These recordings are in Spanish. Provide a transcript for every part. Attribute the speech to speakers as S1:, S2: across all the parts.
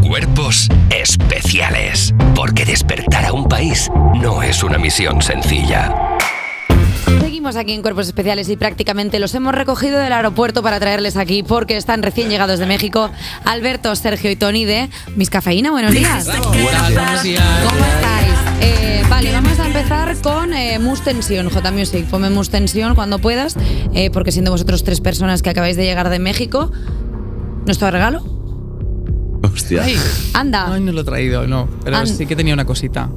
S1: cuerpos especiales. Porque despertar a un país no es una misión sencilla.
S2: Seguimos aquí en Cuerpos Especiales y prácticamente los hemos recogido del aeropuerto para traerles aquí porque están recién llegados de México Alberto, Sergio y Tony de Mis Cafeína. Buenos días.
S3: Buenos días.
S2: ¿Cómo estáis? Eh, vale, vamos a empezar con eh, Mus Tensión, J Music. Ponme Mus Tensión cuando puedas, eh, porque siendo vosotros tres personas que acabáis de llegar de México, ¿nuestro regalo?
S4: Hostia.
S3: Ay,
S2: Anda,
S3: Ay, no lo he traído, no. Pero
S2: An-
S3: sí que tenía una cosita.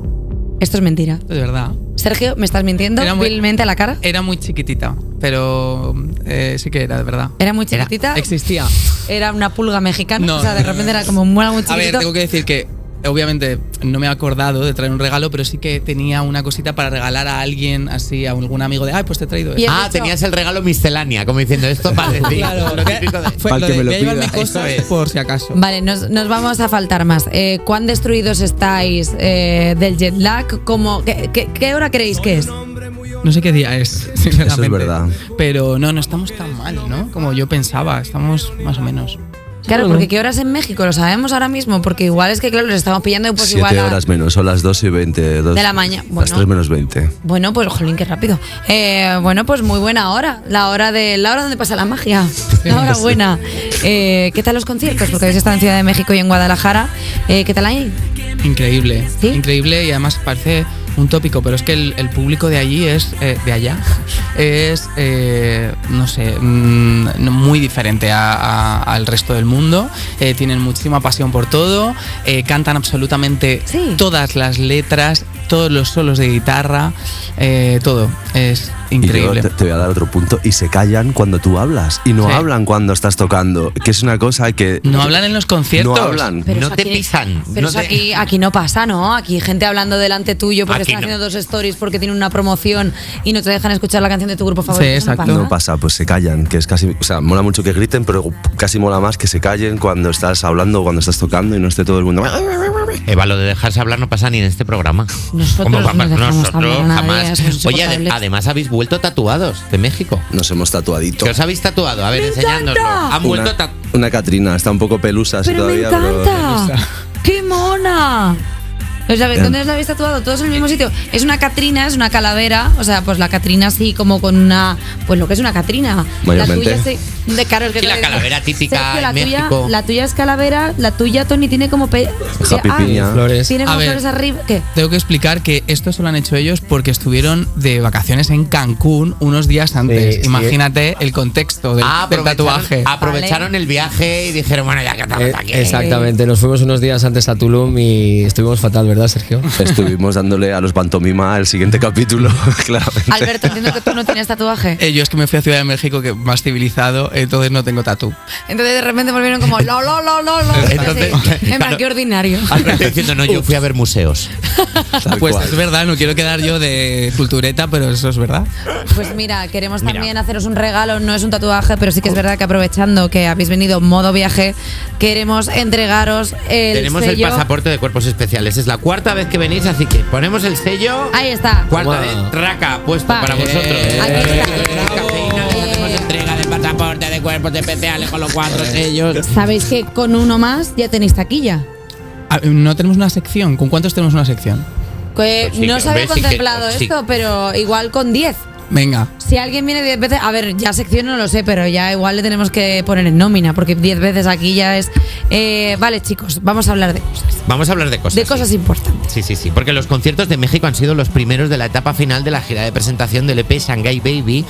S2: esto es mentira.
S3: Es verdad.
S2: Sergio, ¿me estás mintiendo
S3: Era muy-
S2: vilmente a la cara?
S3: Era muy chiquitita, pero eh, sí que era de verdad.
S2: Era muy chiquitita.
S3: Existía.
S2: Era una pulga mexicana.
S3: No.
S2: O sea, de repente era como un muela muy
S3: A ver,
S2: chiquitito.
S3: tengo que decir que obviamente no me he acordado de traer un regalo, pero sí que tenía una cosita para regalar a alguien, así, a algún amigo de, ay, pues te he traído esto".
S2: Y-
S5: Ah,
S2: dicho-
S5: tenías el regalo miscelánea, como diciendo esto para decir.
S3: Claro,
S5: Lo típico de-
S3: Fue
S4: Pa'l
S3: lo
S4: que
S3: de,
S4: me lo
S3: voy a llevarme
S4: pida.
S3: cosas
S5: Eso es.
S3: por si acaso.
S2: Vale, nos, nos vamos a faltar más. Eh, ¿Cuán destruidos estáis eh, del jet lag? ¿Cómo, qué, qué- qué hora creéis que es?
S3: No sé qué día es, sinceramente.
S4: verdad.
S3: Pero no, no estamos tan mal, ¿no? Como yo pensaba, estamos más o menos.
S2: Claro, porque ¿qué horas en México? Lo sabemos ahora mismo, porque igual es que, claro, les estamos pillando pues
S4: Siete
S2: igual a-
S4: horas menos, son las 2 y 20. dos-
S2: De la mañana,
S4: Las
S2: bueno.
S4: 3 menos 20.
S2: Bueno, pues jolín, qué rápido. Eh, bueno, pues muy buena hora. La hora de la hora donde pasa la magia. La hora buena. Eh, ¿Qué tal los conciertos? Porque habéis estado en Ciudad de México y en Guadalajara. Eh, ¿Qué tal ahí?
S3: Increíble,
S2: ¿Sí?
S3: increíble y además parece un tópico, pero es que el, el público de allí es, eh, de allá, es, eh, no sé, mm, no- muy diferente a- a- al resto del mundo, Eh, tienen muchísima pasión por todo, eh, cantan absolutamente
S2: Sí.
S3: todas las letras, todos los solos de guitarra, eh, todo, es
S4: Y yo
S3: increíble.
S4: te, te voy a dar otro punto. Y se callan cuando tú hablas. Y no
S3: Sí.
S4: hablan cuando estás tocando. Que es una cosa que.
S3: No hablan en los conciertos.
S4: No hablan.
S2: Pero
S5: No
S2: eso
S5: te pisan,
S2: Pero
S5: no
S2: eso
S5: te-
S2: aquí, aquí no pasa, ¿no? Aquí gente hablando delante tuyo porque
S5: Aquí
S2: están
S5: no.
S2: haciendo dos stories porque tienen una promoción y no te dejan escuchar la canción de tu grupo
S3: Sí,
S2: favorito. Eso
S3: exacto.
S4: No pasa, pues se callan, que es casi, o sea, mola mucho que griten, pero casi mola más que se callen cuando estás hablando, cuando estás tocando y no esté todo el mundo.
S5: Eva, lo de dejarse hablar no pasa ni en este programa.
S2: Nosotros
S5: Como
S2: no
S5: papás,
S2: dejamos hablar a nadie, somos
S5: Oye, ade-
S2: insoportables.
S5: además habéis vuelto tatuados de México.
S4: Nos hemos tatuadito.
S5: ¿Qué os habéis tatuado? A ver, enseñándoslo.
S2: encanta!
S5: Han vuelto
S4: Una,
S5: tatuados.
S4: una Catrina, está un poco pelusa así
S2: Pero me
S4: todavía.
S2: encanta. ¡Qué mona! ¿Os la- ¿Dónde os la habéis tatuado? Todos en el mismo sitio. Es una Catrina, es una calavera. O sea, pues la Catrina sí, como con una. Pues lo que es una Catrina.
S4: Mayormente.
S2: La tuya sí. de- claro, es que
S5: Y la
S2: lo que-
S5: calavera típica
S2: Sergio, la
S5: en
S2: tuya,
S5: México.
S2: La tuya es calavera, la tuya, Tony, tiene como. Pe...
S4: Happy
S2: Ah,
S4: piña.
S3: Flores.
S2: Tiene
S3: A
S2: como
S3: ver.
S2: flores arriba. ¿Qué?
S3: Tengo que explicar que esto se lo han hecho ellos porque estuvieron de vacaciones en Cancún unos días antes.
S5: Sí, sí.
S3: Imagínate el contexto del,
S5: Ah,
S3: del
S5: aprovecharon-
S3: tatuaje.
S5: Aprovecharon el viaje y dijeron, bueno, ya que estamos
S6: Eh,
S5: aquí.
S6: Exactamente, nos fuimos unos días antes a Tulum y estuvimos fatal, ¿verdad, Sergio?
S4: Estuvimos dándole a los pantomima el siguiente capítulo, claramente.
S2: Alberto, entiendo que tú no tienes tatuaje.
S3: Eh, yo es que me fui a Ciudad de México, que más civilizado, entonces no tengo tatú.
S2: Entonces de repente volvieron como. ¡Lo, lo, lo, lo, lo!
S5: Entonces,
S2: Así. en plan,
S5: claro.
S2: qué ordinario.
S5: Alberto Ah, diciendo, no, yo fui a ver museos.
S4: Tal
S3: Pues
S4: cual.
S3: es verdad, no quiero quedar yo de cultureta, pero eso es verdad.
S2: Pues mira, queremos también haceros un regalo, no es un tatuaje, pero sí que es verdad que aprovechando que habéis venido modo viaje, queremos entregaros el
S5: Tenemos
S2: sello.
S5: el pasaporte de cuerpos especiales. Es la cuarta vez que venís, así que ponemos el sello.
S2: Ahí está.
S6: Toma.
S5: Cuarta vez, traca, puesto
S2: Pa.
S5: para vosotros. Eh,
S2: Aquí está.
S5: Cafeína, hacemos eh, entrega de pasaporte de cuerpos especiales con eh, los cuatro sellos.
S2: Sabéis que con uno más ya tenéis taquilla.
S3: Ah, No tenemos una sección. ¿Con cuántos tenemos una sección?
S2: Que
S5: Pues sí,
S2: no
S5: que
S2: os había
S5: hombre, sí que-
S2: contemplado
S5: sí.
S2: esto, pero igual con 10.
S3: Venga.
S2: Si alguien viene 10 veces, a ver, ya sección no lo sé, pero ya igual le tenemos que poner en nómina, porque 10 veces aquí ya es... Eh, vale, chicos, vamos a hablar de cosas.
S5: Vamos a hablar de cosas.
S2: De cosas importantes.
S5: Sí, sí, sí, porque los conciertos de México han sido los primeros de la etapa final de la gira de presentación del EP Shanghai Baby,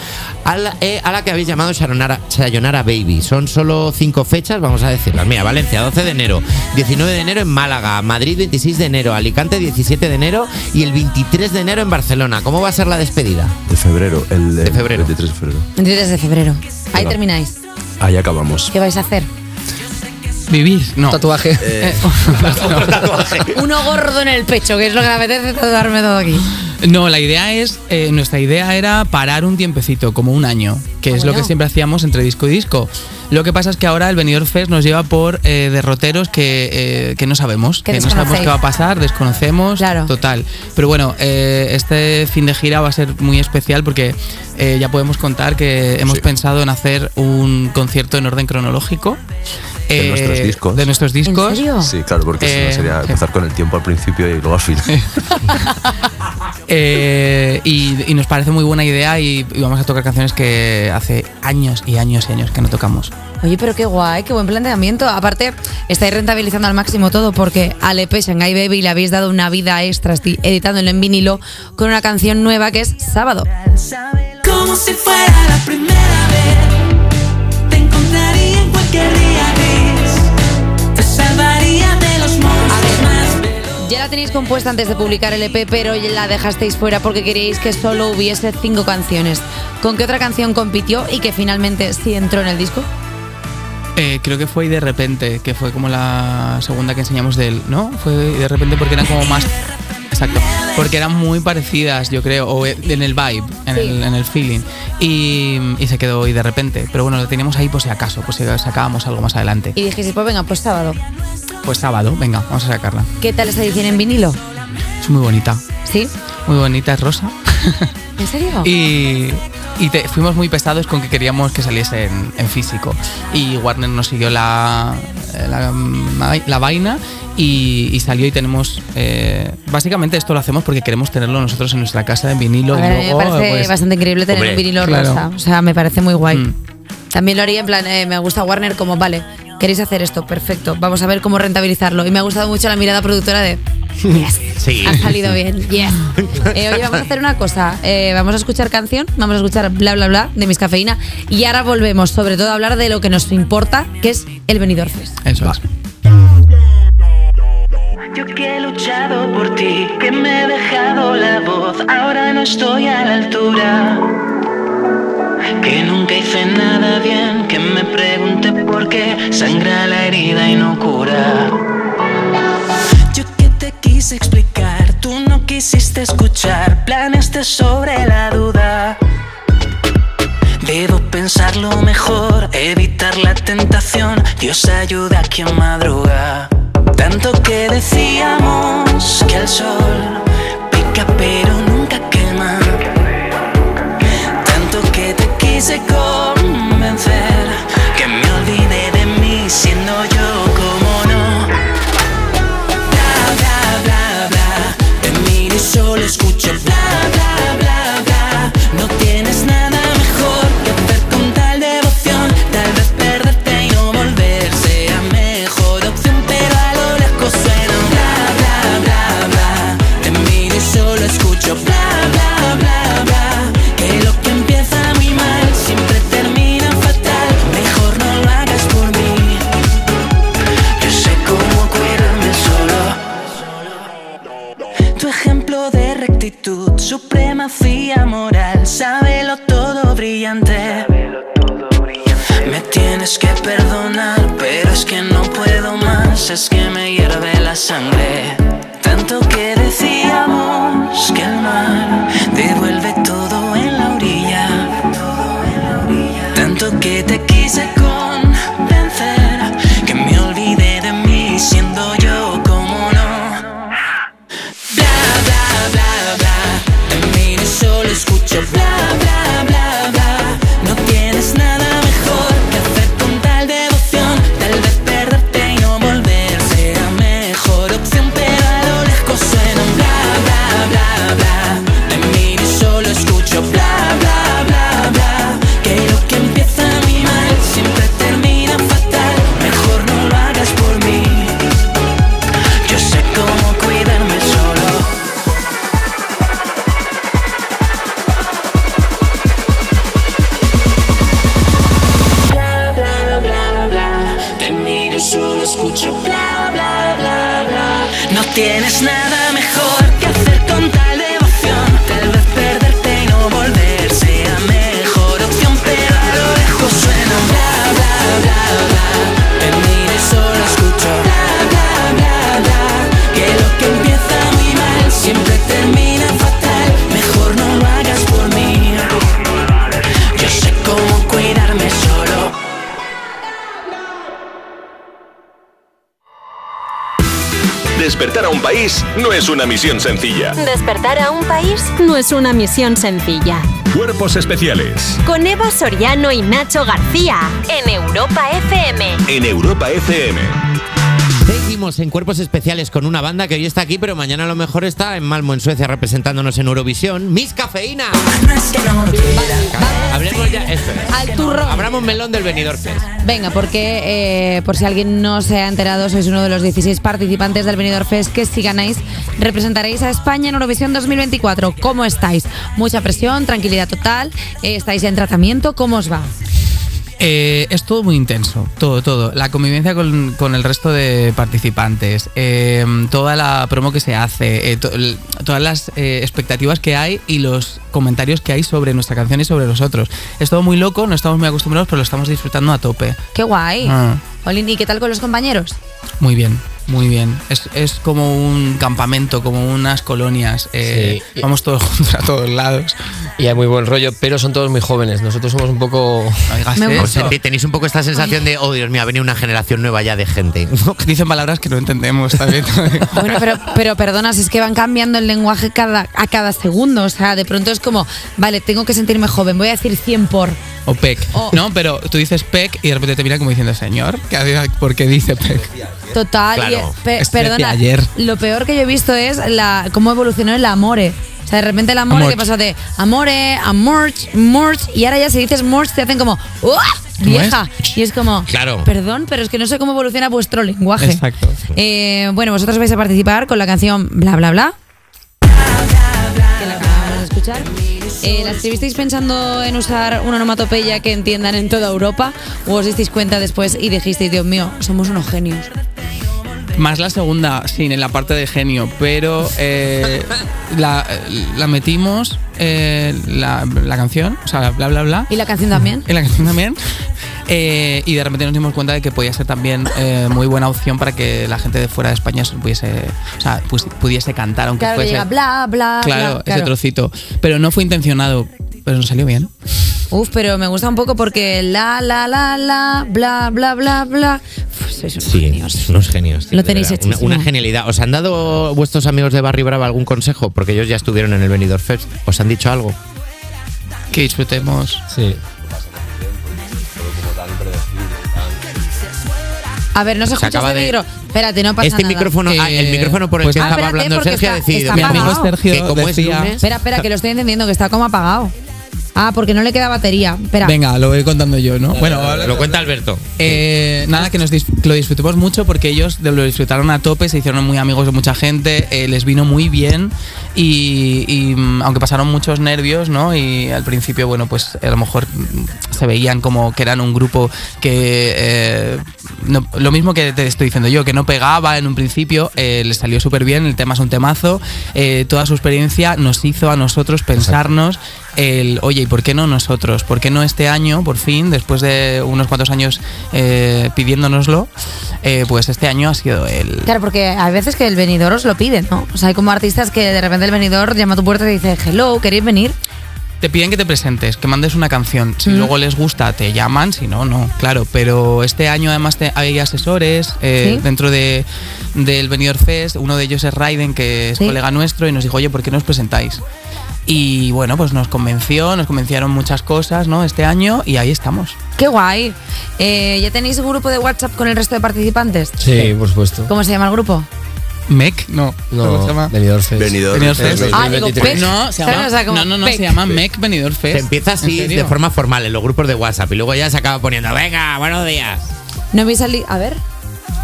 S5: a la, eh, a la que habéis llamado Sayonara, Sayonara Baby. Son solo cinco fechas, vamos a decirlas. Mira, Valencia 12 de enero, 19 de enero en Málaga, Madrid 26 de enero, Alicante 17 de enero y el 23 de enero en Barcelona. ¿Cómo va a ser la despedida?
S4: De febrero, el
S5: De febrero.
S4: 23 de febrero.
S2: 23 de febrero. Ahí
S4: Venga.
S2: termináis.
S4: Ahí acabamos.
S2: ¿Qué vais a hacer?
S3: Vivir, no.
S6: Tatuaje.
S4: Eh,
S2: Uno gordo en el pecho, que es lo que me apetece tatuarme todo aquí.
S3: No, la idea es, eh, nuestra idea era parar un tiempecito, como un año, que
S2: Ah,
S3: es lo
S2: bueno.
S3: que siempre hacíamos entre disco y disco. Lo que pasa es que ahora el Benidorm Fest nos lleva por eh, derroteros que, eh, que no sabemos,
S2: Que
S3: que no sabemos
S2: desconocéis.
S3: qué va a pasar, desconocemos,
S2: Claro.
S3: total. Pero bueno, eh, este fin de gira va a ser muy especial porque eh, ya podemos contar que hemos pensado en hacer un concierto en orden cronológico. eh,
S4: De nuestros discos.
S3: De nuestros discos.
S2: ¿En serio?
S4: Sí, claro, porque si no
S3: Eh,
S4: sería empezar con el tiempo al principio y luego al final.
S3: Eh, y, y nos parece muy buena idea y, y vamos a tocar canciones que hace años y años y años que no tocamos.
S2: Oye, pero qué guay, qué buen planteamiento. Aparte, estáis rentabilizando al máximo todo porque al EP Shanghai Baby le habéis dado una vida extra esti- editándolo en vinilo con una canción nueva que es Sábado.
S7: Como si fuera la primera vez, te encontraría en cualquier día gris, te salvaría de los monstruos más veloz.
S2: Ya la tenéis compuesta antes de publicar el EP, pero la dejasteis fuera porque queríais que solo hubiese cinco canciones. ¿Con qué otra canción compitió y que finalmente sí entró en el disco?
S3: Eh, creo que fue y de repente, que fue como la segunda que enseñamos de él, ¿no? Fue y de repente porque eran como más. Exacto. Porque eran muy parecidas, yo creo, o e- en el vibe, en,
S2: Sí.
S3: el, en el feeling. Y, y se quedó y de repente. Pero bueno, lo teníamos ahí por si acaso, por si sacábamos algo más adelante.
S2: Y dijisteis, pues venga, pues Sábado.
S3: Pues sábado, venga, vamos a sacarla.
S2: ¿Qué tal esa edición en vinilo?
S3: Es muy bonita,
S2: ¿Sí?
S3: muy bonita, es rosa.
S2: ¿En serio?
S3: Y, y te- fuimos muy pesados con que queríamos que saliese en, en físico. Y Warner nos siguió la, eh, la, mm, la vaina y, y salió y tenemos... eh, básicamente esto lo hacemos porque queremos tenerlo nosotros en nuestra casa en vinilo.
S2: A ver, a mí
S3: y
S2: me
S3: luego,
S2: parece
S3: pues,
S2: bastante increíble tener un
S5: hombre,
S2: vinilo
S3: claro.
S2: rosa. O sea, me parece muy guay.
S3: Mm.
S2: También lo haría en plan, eh, me gusta Warner como, vale, queréis hacer esto, perfecto, vamos a ver cómo rentabilizarlo. Y me ha gustado mucho la mirada productora de, yes,
S5: Sí.
S2: ha salido bien, yes. Eh, oye, vamos a hacer una cosa, eh, vamos a escuchar canción, vamos a escuchar bla, bla, bla de mis cafeína y ahora volvemos sobre todo a hablar de lo que nos importa, que es el Benidorm Fest.
S3: Eso es.
S7: Yo que he luchado por ti, que me he dejado la voz, ahora no estoy a la altura. Que nunca hice nada bien, que me pregunté por qué sangra la herida y no cura. Yo que te quise explicar, tú no quisiste escuchar, planeaste sobre la duda. Debo pensarlo mejor, evitar la tentación. Dios ayuda a quien madruga. Tanto que decíamos que el sol pica pero nunca quema. Tanto que te quise convencer que me olvidé de mí siendo yo como no. Bla bla bla bla, te miro y solo escucho bla bla bla bla. No tienes nada mejor que hacer con tal devoción. Tal vez perderte y no volver sea mejor opción, pero a lo lejos suena un bla bla bla bla. Te miro y solo escucho bla bla bla bla. Que lo que empieza muy mal siempre termina fatal. Mejor no lo hagas por mí. Yo sé cómo cuidarme solo. Tu ejemplo de rectitud, supremacía moral, sábelo todo brillante. Me tienes que perdonar, pero es que no puedo más, es que me hierve la sangre. Tanto que decíamos que el mar devuelve todo en la orilla. Tanto que te quise convencer que me olvidé de mí siendo yo como no. Bla bla bla bla, te miro y solo escucho bla bla bla bla. No tienes nada mejor que hacer con tal devoción. Tal vez perderte y no volver sea mejor opción, pero a lo lejos suena un bla bla bla bla. Te miro y solo escucho bla bla bla bla. Que lo que empieza muy mal siempre termina fatal. Mejor no lo hagas por mí. Yo sé cómo cuidarme solo. Bla bla bla bla, te miro y solo escucho bla bla bla bla. No tienes nada mejor que hacer con tal devoción. Tal vez perderte y no volver sea mejor opción, pero a lo lejos suena un bla bla bla bla. Te miro y solo escucho bla bla bla bla. Que lo que empieza muy mal siempre termina fatal. Mejor no lo hagas por mí. Yo sé cómo cuidarme solo.
S8: Despertar a un país no es una misión sencilla.
S9: Despertar a un país no es una misión sencilla.
S8: Cuerpos especiales
S9: Con Eva Soriano y Nacho García en Europa FM.
S8: en Europa FM.
S5: Seguimos en Cuerpos Especiales con una banda que hoy está aquí, pero mañana a lo mejor está en Malmo, en Suecia, representándonos en Eurovisión. ¡Miss Cafeína! Hablemos ya, eso es.
S2: Al turrón.
S5: Abramos melón del venidor.
S2: Venga, porque eh, por si alguien no se ha enterado, sois uno de los 16 participantes del Benidorm Fest que si ganáis representaréis a España en Eurovisión 2024. ¿Cómo estáis? ¿Mucha presión? ¿Tranquilidad total? Eh, ¿Estáis en tratamiento? ¿Cómo os va?
S3: Eh, es todo muy intenso, todo, todo. La convivencia con, con el resto de participantes, eh, toda la promo que se hace, eh, to- l- todas las eh, expectativas que hay y los comentarios que hay sobre nuestra canción y sobre nosotros. Es todo muy loco, no estamos muy acostumbrados, pero lo estamos disfrutando a tope.
S2: ¡Qué guay!
S3: Ah.
S2: Olin, ¿y qué tal con los compañeros?
S3: Muy bien, muy bien. Es, es como un campamento, como unas colonias. eh,
S6: Sí.
S3: Vamos todos juntos a todos lados.
S6: Y hay muy buen rollo, pero son todos muy jóvenes. ¿eh? Nosotros somos un poco.
S3: No digas
S2: Me
S3: eso.
S5: Os sentí- tenéis un poco esta sensación de, oh Dios mío, ha venido una generación nueva ya de gente.
S3: Dicen palabras que no entendemos también.
S2: Bueno, pero, pero perdona, si es que van cambiando el lenguaje cada, a cada segundo. O sea, de pronto es como, vale, tengo que sentirme joven, voy a decir 100 por.
S3: O PEC.
S2: O-
S3: No, pero tú dices PEC y de repente te miran como diciendo, señor, ¿qué hace- ¿por qué dice PEC?
S2: Total,
S5: Claro,
S2: y, pe-
S3: esto decía
S2: perdona.
S3: ayer.
S2: Lo peor que yo he visto es la cómo evolucionó el amore. O sea, de repente el amore
S3: Amor.
S2: te pasa de amore, amorch, morch, y ahora ya si dices morch te hacen como ¡Uah! vieja. Y es como,
S5: Claro.
S2: perdón, pero es que no sé cómo evoluciona vuestro lenguaje.
S3: Exacto.
S2: Eh, bueno, vosotros vais a participar con la canción Bla Bla Bla. Que la acabamos de escuchar. Eh, ¿La escribisteis pensando en usar una onomatopeya que entiendan en toda Europa? ¿O os disteis cuenta después y dijisteis, Dios mío, somos unos genios?
S3: Más la segunda, sin en la parte de genio, pero eh, la, la metimos, eh, la, la canción, o sea, bla, bla, bla.
S2: ¿Y la canción también?
S3: en la canción también. Eh, y de repente nos dimos cuenta de que podía ser también eh, muy buena opción para que la gente de fuera de España se pudiese, o sea, pues- pudiese cantar, aunque
S2: Claro, que
S5: pues,
S3: fuese.
S5: eh,
S2: llega bla, bla,
S3: claro,
S2: bla.
S3: ese trocito. Pero no fue intencionado, pero nos salió bien.
S2: Uf, pero me gusta un poco porque la, la, la, la, bla, bla, bla, bla. Uf, sois unos genios.
S5: unos genios. tío,
S2: Lo
S5: de
S2: tenéis
S5: verdad. Una-
S2: hechísimo.
S5: Una, genialidad. ¿Os han dado vuestros amigos de Barry Brava algún consejo? Porque ellos ya estuvieron en el Benidorm Fest. ¿Os han dicho algo?
S3: Que disfrutemos.
S6: Sí.
S2: A ver, no se,
S5: Se
S2: escucha
S5: acaba
S2: este
S5: de-
S2: micro. Espérate, no pasa
S5: Este
S2: nada.
S5: micrófono,
S3: Eh,
S5: ah, el micrófono por el
S3: pues
S5: que
S3: ah,
S5: estaba
S2: espérate,
S5: hablando
S2: porque
S5: Sergio ha
S2: está-
S5: decidido
S2: está
S3: Mi amigo
S2: apagado.
S3: Sergio
S5: que como
S3: decía-
S5: es lunes,
S2: Espera, espera, que lo estoy entendiendo, que está como apagado. Ah, porque no le queda batería. Espera.
S3: Venga, lo voy contando yo, ¿no? Bueno,
S5: lo cuenta Alberto.
S3: Eh, nada, que nos dis- lo disfrutemos mucho porque ellos de- lo disfrutaron a tope, se hicieron muy amigos de mucha gente, eh, les vino muy bien y, y, mm, aunque pasaron muchos nervios, ¿no? Y al principio, bueno, pues a lo mejor mm, se veían como que eran un grupo que... eh, no- lo mismo que te estoy diciendo yo, que no pegaba en un principio, eh, les salió súper bien, el tema es un temazo, eh, toda su experiencia nos hizo a nosotros pensarnos el, oye, ¿y por qué no nosotros? ¿Por qué no este año, por fin, después de unos cuantos años eh, pidiéndonoslo? eh, pues este año ha sido el...
S2: Claro, porque hay veces que el venidor os lo pide, ¿no? O sea, hay como artistas que de repente el venidor llama a tu puerta y dice, hello, ¿queréis venir?
S3: Te piden que te presentes, que mandes una canción.
S2: Mm.
S3: Si luego les gusta, te llaman, si no, no. Claro, pero este año además te- hay asesores eh,
S2: Sí.
S3: dentro de, del Benidorm Fest. Uno de ellos es Raiden, que es
S2: Sí.
S3: colega nuestro, y nos dijo, oye, ¿por qué no os presentáis? Y bueno, pues nos convenció, nos convencieron muchas cosas, ¿no? Este año, y ahí estamos.
S2: ¡Qué guay! Eh, ¿Ya tenéis un grupo de WhatsApp con el resto de participantes?
S6: Sí, por supuesto.
S2: ¿Cómo se llama el grupo?
S3: ¿Mec? No. ¿Cómo se llama?
S6: No, Benidorm Fest.
S4: Venidor.
S3: Benidorm Fest.
S2: Ah, digo,
S6: 2023.
S2: Pec.
S3: No, se
S2: ¿Sabes?
S3: llama,
S2: O sea, como
S3: no, no, no,
S2: Pec.
S3: se llama Mec Benidorm Fest.
S5: Se empieza así
S3: ¿En
S5: de
S3: serio?
S5: forma formal en los grupos de WhatsApp y luego ya se acaba poniendo, venga, buenos días.
S2: No habéis salido. A ver.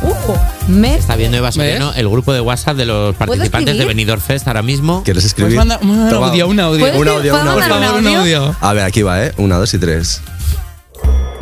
S2: ¡Uh! Me.
S5: Está viendo Eva Soriano el grupo de WhatsApp de los participantes de
S2: escribir?
S5: Benidorm Fest ahora mismo.
S4: ¿Quieres
S3: ¿Puedes
S4: escribir?
S3: mandar Pues un
S4: Toma.
S3: audio, un audio?
S2: ¿Puedes
S4: Un audio,
S2: ¿puedo
S4: un
S2: mandar
S4: audio.
S3: un audio.
S4: A ver, aquí va, ¿eh? Una, dos y tres.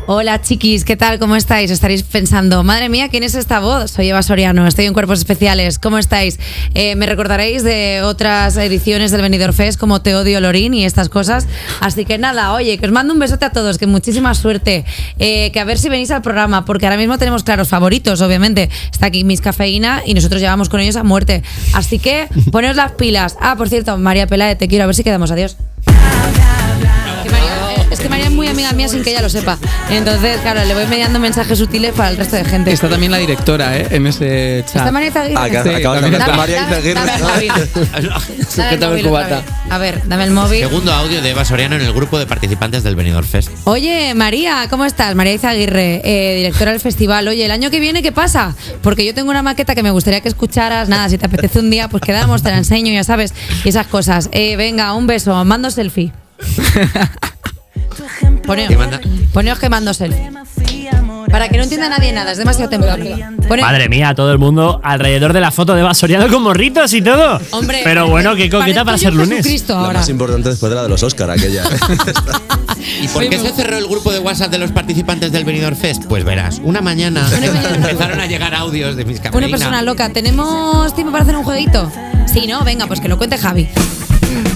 S2: Hola chiquis, ¿qué tal? ¿Cómo estáis? Estaréis pensando, madre mía, ¿quién es esta voz? Soy Eva Soriano, estoy en Cuerpos Especiales, ¿cómo estáis? Eh, me recordaréis de otras ediciones del Benidorm Fest como Te odio Lorín y estas cosas. Así que nada, oye, que os mando un besote a todos, que muchísima suerte, Eh, que a ver si venís al programa, porque ahora mismo tenemos claros favoritos, obviamente. Está aquí Miss Cafeína y nosotros llevamos con ellos a muerte. Así que poneos las pilas. Ah, por cierto, María Peláez, te quiero, a ver si quedamos, adiós. Que María- eh, es que María es muy amiga amiga mía sin que ella lo sepa. Entonces, claro, le voy mediando mensajes sutiles para el resto de gente.
S3: Está también la directora, ¿eh? En ese chat.
S2: Está María Izaguirre.
S4: Ah, claro,
S3: Sí,
S4: acabas de
S3: también
S4: hablar con
S3: está.
S4: María
S2: Dame- dame
S4: Izaguirre.
S2: el móvil. Dame el
S6: Sujétame el
S2: móvil otra
S6: cubata.
S2: vez. A ver, dame el móvil.
S5: Segundo audio de Eva Soriano en el grupo de participantes del Benidorm Fest.
S2: Oye, María, ¿cómo estás? María Izaguirre, eh, directora del festival. Oye, el año que viene, ¿qué pasa? Porque yo tengo una maqueta que me gustaría que escucharas. Nada, si te apetece un día, pues quedamos, te la enseño, ya sabes, y esas cosas. Eh, venga, un beso, mando selfie. Poneos,
S5: Que manda-
S2: poneos que mando selfie. Para que no entienda nadie nada, es demasiado temprano. Pone-
S10: Madre mía, todo el mundo alrededor de la foto de Eva Soriano con morritos y todo.
S2: Hombre,
S10: Pero bueno, qué
S2: parezco
S10: coqueta para
S2: yo
S10: ser lunes.
S2: Jesucristo
S4: La
S2: ahora.
S4: más importante después de la de los Óscar, aquella.
S5: ¿Y por qué se cerró el grupo de WhatsApp de los participantes del Benidorm Fest? Pues verás, una mañana
S2: Una mañana.
S5: empezaron a llegar audios de mis
S2: Una
S5: camerinas.
S2: persona loca, ¿tenemos tiempo para hacer un jueguito? Sí, ¿no? Venga, pues que lo cuente Javi.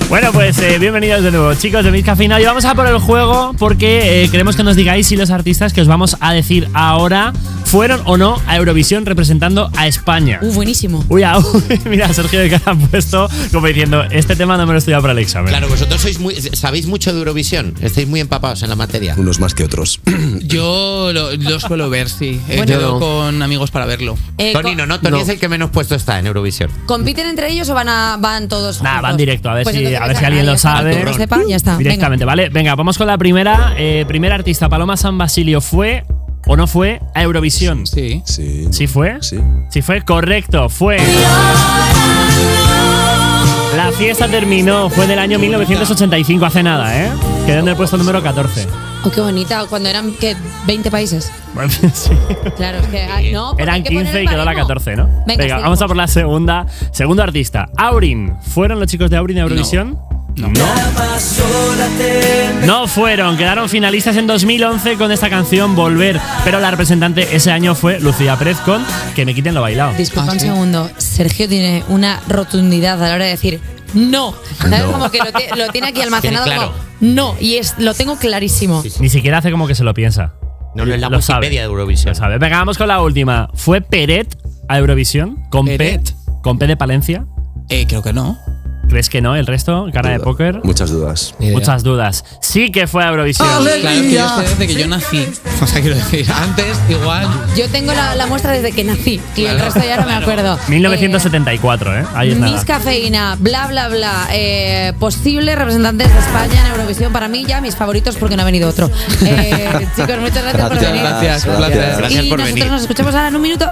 S10: Bueno, pues eh, bienvenidos de nuevo, chicos de Miss Cafeína. Y vamos a por el juego porque eh, queremos que nos digáis si los artistas que os vamos a decir ahora fueron o no a Eurovisión representando a España.
S2: Uh, buenísimo.
S10: Uy, au. mira, Sergio de cara ha puesto como diciendo, este tema no me lo he estudiado para el examen.
S5: Claro, vosotros sois muy, sabéis mucho de Eurovisión, estáis muy empapados en la materia.
S4: Unos más que otros.
S3: Yo lo, lo suelo ver, sí. He
S2: Bueno.
S3: quedado con amigos para verlo.
S2: Eh,
S5: Tony
S2: co-
S5: no, no, Tony es el que menos puesto está en Eurovisión.
S2: ¿Compiten entre ellos o van, a, van todos?
S10: Nah,
S2: juntos?
S10: van directo, a ver si-
S2: Pues entonces,
S10: a ver si alguien
S2: ahí
S10: lo
S2: está,
S10: sabe.
S2: que lo sepa, ya está.
S10: Directamente, ¿vale? Venga, vamos con la primera. Eh, primer artista, Paloma San Basilio, ¿fue o no fue a Eurovisión?
S3: Sí.
S4: Sí.
S10: ¿Sí fue?
S4: Sí.
S10: Sí fue, correcto, fue. La fiesta terminó, fue del año 1985, hace nada, ¿eh? Quedó en el puesto número 14.
S2: Venga. Oh, qué bonita, cuando eran ¿qué? 20 países.
S10: Bueno, sí.
S2: Claro, es que ay, no, porque hay
S10: Eran
S2: que poner
S10: 15 y
S2: el
S10: quedó la
S2: baremo.
S10: 14, ¿no? Venga,
S2: Venga, seguimos.
S10: vamos a por la segunda. Segundo artista, Aurin. ¿Fueron los chicos de Aurin a Eurovisión? No. No. fueron, quedaron finalistas en 2011 con esta canción Volver, pero la representante ese año fue Lucía Pérez con Que me quiten lo bailado.
S2: Disculpa
S3: Ah,
S2: un
S3: sí.
S2: segundo. Sergio tiene una rotundidad a la hora de decir no. ¿Sabes? Como que lo, te- lo tiene aquí almacenado.
S5: Tiene claro.
S2: como, no, y es, lo tengo clarísimo.
S10: Ni siquiera hace como que se lo piensa.
S5: No, no es la
S10: Lo sabe.
S5: Wikipedia de Eurovisión. ¿eh?
S10: Lo sabe. Venga, vamos con la última. ¿Fue Peret a Eurovisión? ¿Con P?
S3: Peret.
S10: ¿Con P de Palencia?
S3: Eh, creo que no.
S10: ¿Crees que no? ¿El resto? ¿Cara de
S4: Duda.
S10: póker?
S4: Muchas dudas.
S6: Ni idea.
S10: Muchas dudas. Sí que fue a Eurovisión.
S3: Claro que yo sé desde que yo nací. O sea, quiero decir, antes igual.
S2: Yo tengo la, la muestra desde que nací y el
S3: Claro,
S2: resto ya no me
S3: claro.
S2: acuerdo.
S10: 1974, ¿eh? Ahí
S2: Eh,
S10: es
S2: Miss
S10: nada.
S2: Cafeína, bla, bla, bla. Eh, posibles representantes de España en Eurovisión. Para mí, ya mis favoritos porque no ha venido otro. Eh, chicos, muchas gracias por venir.
S3: Gracias, gracias.
S5: Gracias
S2: y
S5: por
S2: nosotros
S5: venir.
S2: nos escuchamos ahora en un minuto.